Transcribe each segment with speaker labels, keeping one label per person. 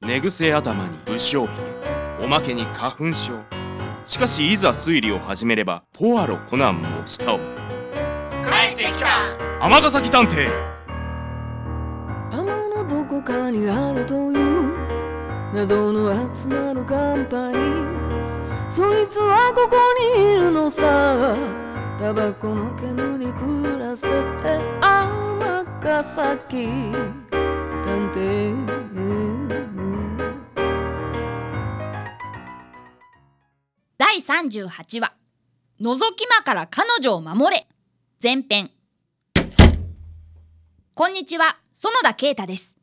Speaker 1: 寝癖頭に不祥髭おまけに花粉症しかしいざ推理を始めればポアロコナンも舌を巻く
Speaker 2: 帰ってきた
Speaker 1: 尼崎探偵
Speaker 3: 雨のどこかにあるという謎の集まるカンパニーそいつはここにいるのさタバコの煙に暮らせて天ヶ崎探偵
Speaker 2: 第38話「覗き魔から彼女を守れ」前編こんにちは園田啓太です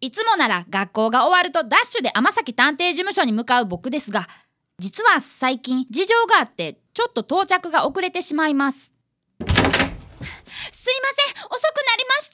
Speaker 2: いつもなら学校が終わるとダッシュで天崎探偵事務所に向かう僕ですが実は最近事情があってちょっと到着が遅れてしまいますすいません遅くなりまし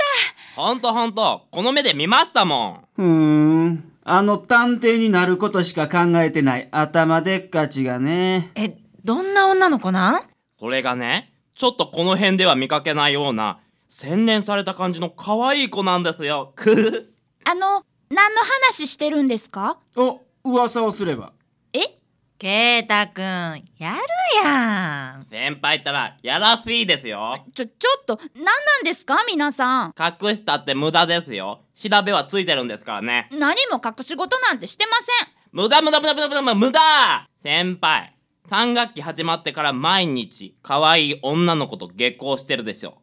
Speaker 2: た
Speaker 4: ほんとほんと、この目で見ましたも
Speaker 5: うーん。あの探偵になることしか考えてない頭でっかちがね。
Speaker 6: え、どんな女の子な
Speaker 4: ん。
Speaker 6: ん
Speaker 4: これがね、ちょっとこの辺では見かけないような、洗練された感じの可愛い子なんですよ。 くふ。
Speaker 2: あの何の話してるんですか
Speaker 5: お、噂をすれば。
Speaker 2: え
Speaker 6: ケータくん、やるやん。
Speaker 4: 先輩ったら、やらしいですよ。
Speaker 2: ちょちょっと何なんですか皆さん
Speaker 4: 隠したって無駄ですよ。調べはついてるんですからね。
Speaker 2: 何も隠し事なんてしてません
Speaker 4: 無駄無駄無駄無駄無駄無駄無駄先輩、3学期始まってから毎日、可愛い女の子と下校してるでしょ。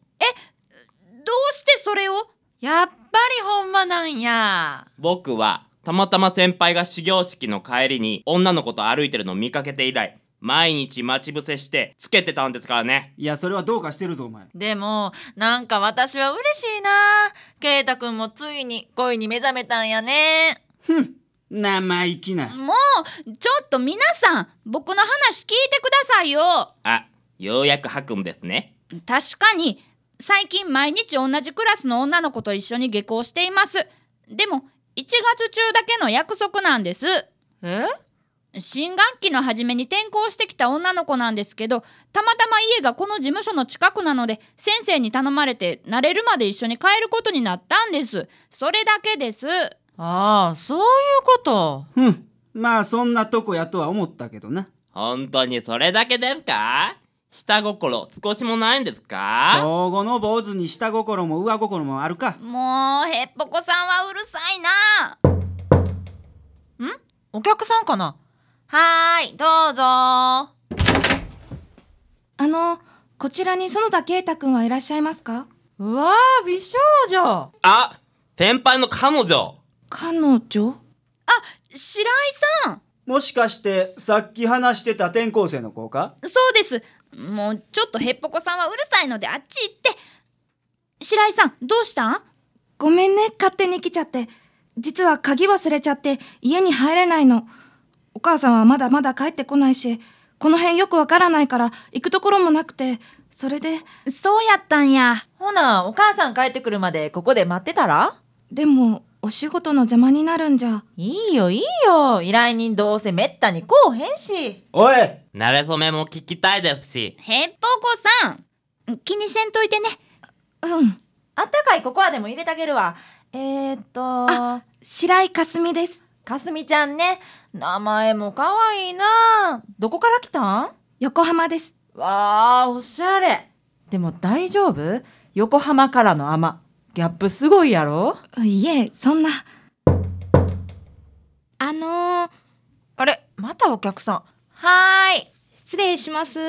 Speaker 2: どうしてそれを
Speaker 6: やっぱりほんまなんや。
Speaker 4: 僕はたまたま先輩が始業式の帰りに女の子と歩いてるのを見かけて以来毎日待ち伏せしてつけてたんですからね
Speaker 5: いや、それはどうかしてるぞ、お前。
Speaker 6: でも、なんか私は嬉しいな。ケータくんもついに恋に目覚めたんやね。
Speaker 5: 生意気な。
Speaker 2: もうちょっと皆さん僕の話聞いてくださいよ
Speaker 4: あようやく吐くんですね
Speaker 2: 確かに最近毎日同じクラスの女の子と一緒に下校していますでも1月中だけの約束なんです
Speaker 6: え
Speaker 2: 新学期の初めに転校してきた女の子なんですけどたまたま家がこの事務所の近くなので先生に頼まれて慣れるまで一緒に帰ることになったんですそれだけです
Speaker 6: ああ、そういうこと。
Speaker 5: ふん。まあ、そんなとこやとは思ったけどな。
Speaker 4: 本当にそれだけですか下心少しもないんですか
Speaker 5: 小五の坊主に下心も上心もあるか。
Speaker 2: もうへっぽこさんはうるさいな
Speaker 6: お客さんかなはーい、どうぞ。
Speaker 7: あの、こちらに園田啓太くんはいらっしゃいますか
Speaker 6: うわあ、美少女。
Speaker 4: あ先輩の彼女
Speaker 7: 彼女
Speaker 2: 白井さん
Speaker 5: もしかして、さっき話してた転校生の子か
Speaker 2: そうですもうちょっとへっぽこさんはうるさいのであっち行って白井さんどうしたん
Speaker 7: ごめんね、勝手に来ちゃって。実は鍵忘れちゃって、家に入れないの。お母さんはまだまだ帰ってこないし、この辺よくわからないから、行くところもなくて、それで、
Speaker 2: そうやったんや
Speaker 6: ほな、お母さん帰ってくるまでここで待ってたら
Speaker 7: でも、お仕事の邪魔になるんじゃ。
Speaker 6: いいよ、いいよ。依頼人どうせめったに来おへんし。
Speaker 5: おい
Speaker 4: 慣れ初めも聞きたいですし
Speaker 2: へっぽこさん気にせんといてね
Speaker 7: うん、
Speaker 6: あったかいココアでも入れてあげるわ。えー、っと、
Speaker 7: 白井かすみです。
Speaker 6: かすみちゃんね。名前も可愛いな。どこから来たん
Speaker 7: 横浜です。
Speaker 6: わあ、おしゃれ。でも大丈夫横浜からの雨。ギャップすごいやろ
Speaker 7: いえ、そんな。
Speaker 8: あのー、
Speaker 6: あれ、またお客さん。はーい。
Speaker 8: 失礼します。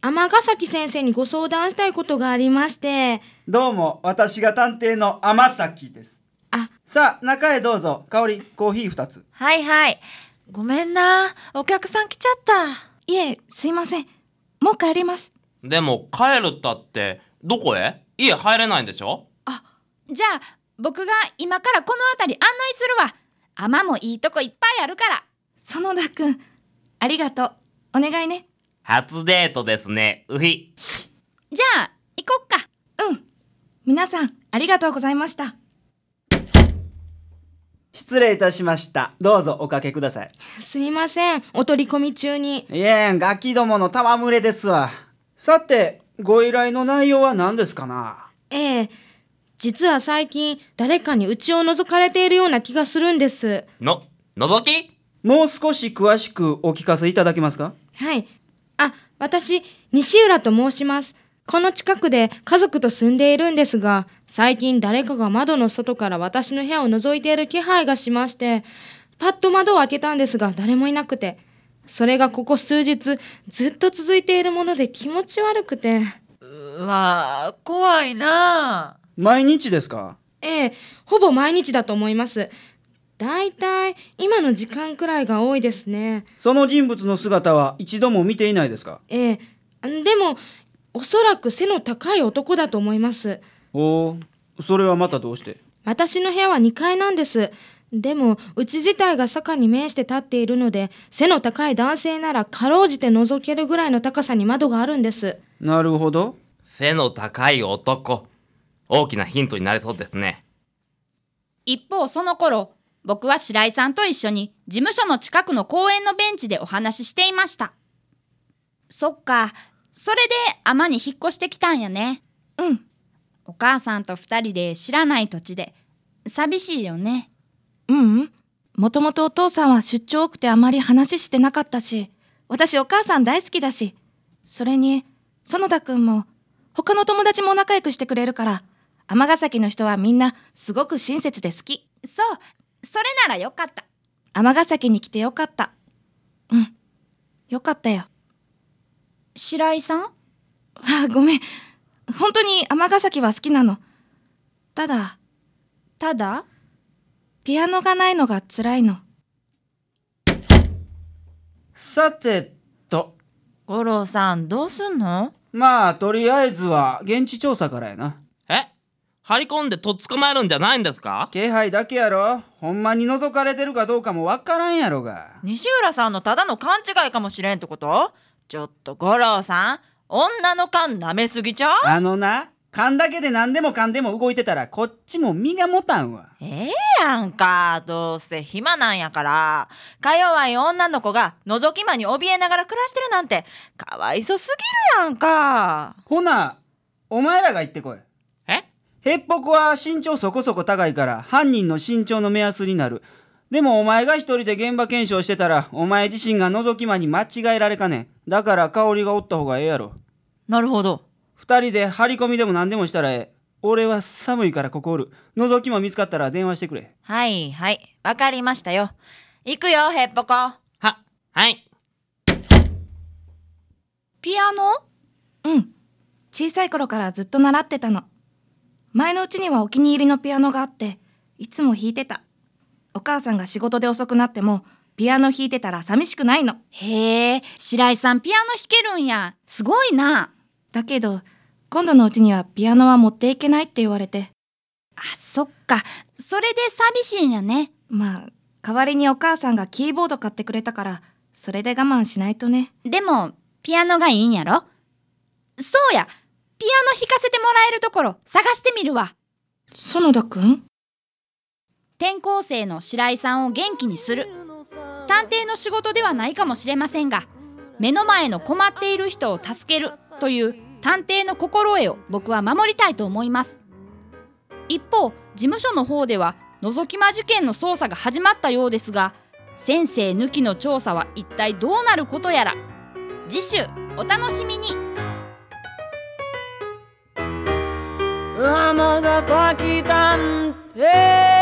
Speaker 8: 天ヶ崎先生にご相談したいことがありまして、
Speaker 5: どうも、私が探偵の天崎です。
Speaker 8: あ、
Speaker 5: さあ、中へどうぞ。香り、コーヒー二つ。
Speaker 6: はいはい。ごめんな。お客さん来ちゃった。
Speaker 7: いえ、すいません。もう帰ります。
Speaker 4: でも帰るったってどこへ家入れないんでしょ
Speaker 2: じゃあ僕が今からこの辺り案内するわ雨もいいとこいっぱいあるから
Speaker 7: 園田くん、ありがとう。お願いね。
Speaker 4: 初デートですねうひ
Speaker 2: じゃあ行こっか
Speaker 7: うん。皆さん、ありがとうございました。
Speaker 5: 失礼いたしました。どうぞおかけください。
Speaker 8: すいません。お取り込み中に。
Speaker 5: いえ、ガキどもの戯れですわ。さて、ご依頼の内容は何ですかな
Speaker 8: ええ実は最近誰かにうちを覗かれているような気がするんです
Speaker 4: の、覗き
Speaker 5: もう少し詳しくお聞かせいただけますか
Speaker 8: はいあ私西浦と申しますこの近くで家族と住んでいるんですが最近誰かが窓の外から私の部屋を覗いている気配がしましてパッと窓を開けたんですが誰もいなくてそれがここ数日ずっと続いているもので気持ち悪くて
Speaker 6: うわー怖いな
Speaker 5: 毎日ですか
Speaker 8: ええ、ほぼ毎日だと思います。だいたい今の時間くらいが多いですね。
Speaker 5: その人物の姿は一度も見ていないですか
Speaker 8: ええ、でもおそらく背の高い男だと思います。
Speaker 5: おおそれはまたどうして
Speaker 8: 私の部屋は2階なんです。でもうち自体が坂に面して立っているので背の高い男性ならかろうじて覗けるぐらいの高さに窓があるんです。
Speaker 5: なるほど
Speaker 4: 背の高い男。大きなヒントになれそうですね。
Speaker 2: 一方その頃僕は白井さんと一緒に事務所の近くの公園のベンチでお話ししていましたそっかそれで天に引っ越してきたんやね
Speaker 7: うん
Speaker 2: お母さんと二人で知らない土地で寂しいよね
Speaker 7: ううんもともとお父さんは出張多くてあまり話してなかったし私お母さん大好きだしそれに園田くんも他の友達も仲良くしてくれるから尼崎の人はみんなすごく親切で好き
Speaker 2: そうそれならよかった
Speaker 7: 尼崎に来てよかったうんよかったよ
Speaker 2: 白井さん
Speaker 7: あごめん本当に尼崎は好きなのただ
Speaker 2: ただ
Speaker 7: ピアノがないのが辛いの
Speaker 5: さてと
Speaker 6: 五郎さんどうすんの
Speaker 5: まあとりあえずは現地調査からやな
Speaker 4: え張り込んでとっ捕まえるんじゃないんですか
Speaker 5: 気配だけやろほんまに覗かれてるかどうかもわからんやろが
Speaker 6: 西浦さんのただの勘違いかもしれんってことちょっと五郎さん女の勘舐めすぎちゃう
Speaker 5: あのな勘だけで何でもかんでも動いてたらこっちも身が持たんわ
Speaker 6: ええやんかどうせ暇なんやからか弱い女の子が覗き魔に怯えながら暮らしてるなんてかわいそすぎるやんか
Speaker 5: ほなお前らが行ってこい
Speaker 4: え
Speaker 5: ヘッポコは身長そこそこ高いから犯人の身長の目安になるでもお前が一人で現場検証してたらお前自身が覗き魔に間違えられかねんだから香りがおった方がええやろ
Speaker 6: なるほど
Speaker 5: 二人で張り込みでも何でもしたらええ俺は寒いからここおる覗き魔見つかったら電話してくれ
Speaker 6: はいはいわかりましたよ行くよヘッポコ
Speaker 4: は、はい。
Speaker 2: ピアノ
Speaker 7: うん小さい頃からずっと習ってたの前のうちにはお気に入りのピアノがあっていつも弾いてたお母さんが仕事で遅くなってもピアノ弾いてたら寂しくないの
Speaker 2: へえ白井さんピアノ弾けるんやすごいな
Speaker 7: だけど今度のうちにはピアノは持っていけないって言われて
Speaker 2: あそっかそれで寂しいんやね
Speaker 7: まあ代わりにお母さんがキーボード買ってくれたからそれで我慢しないとね
Speaker 2: でもピアノがいいんやろそうやピアノ弾かせてもらえるところ探してみるわ
Speaker 7: 園田くん
Speaker 2: 転校生の白井さんを元気にする探偵の仕事ではないかもしれませんが目の前の困っている人を助けるという探偵の心得を僕は守りたいと思います一方事務所の方では覗き魔事件の捜査が始まったようですが先生抜きの調査は一体どうなることやら次週お楽しみに
Speaker 3: 尼崎探偵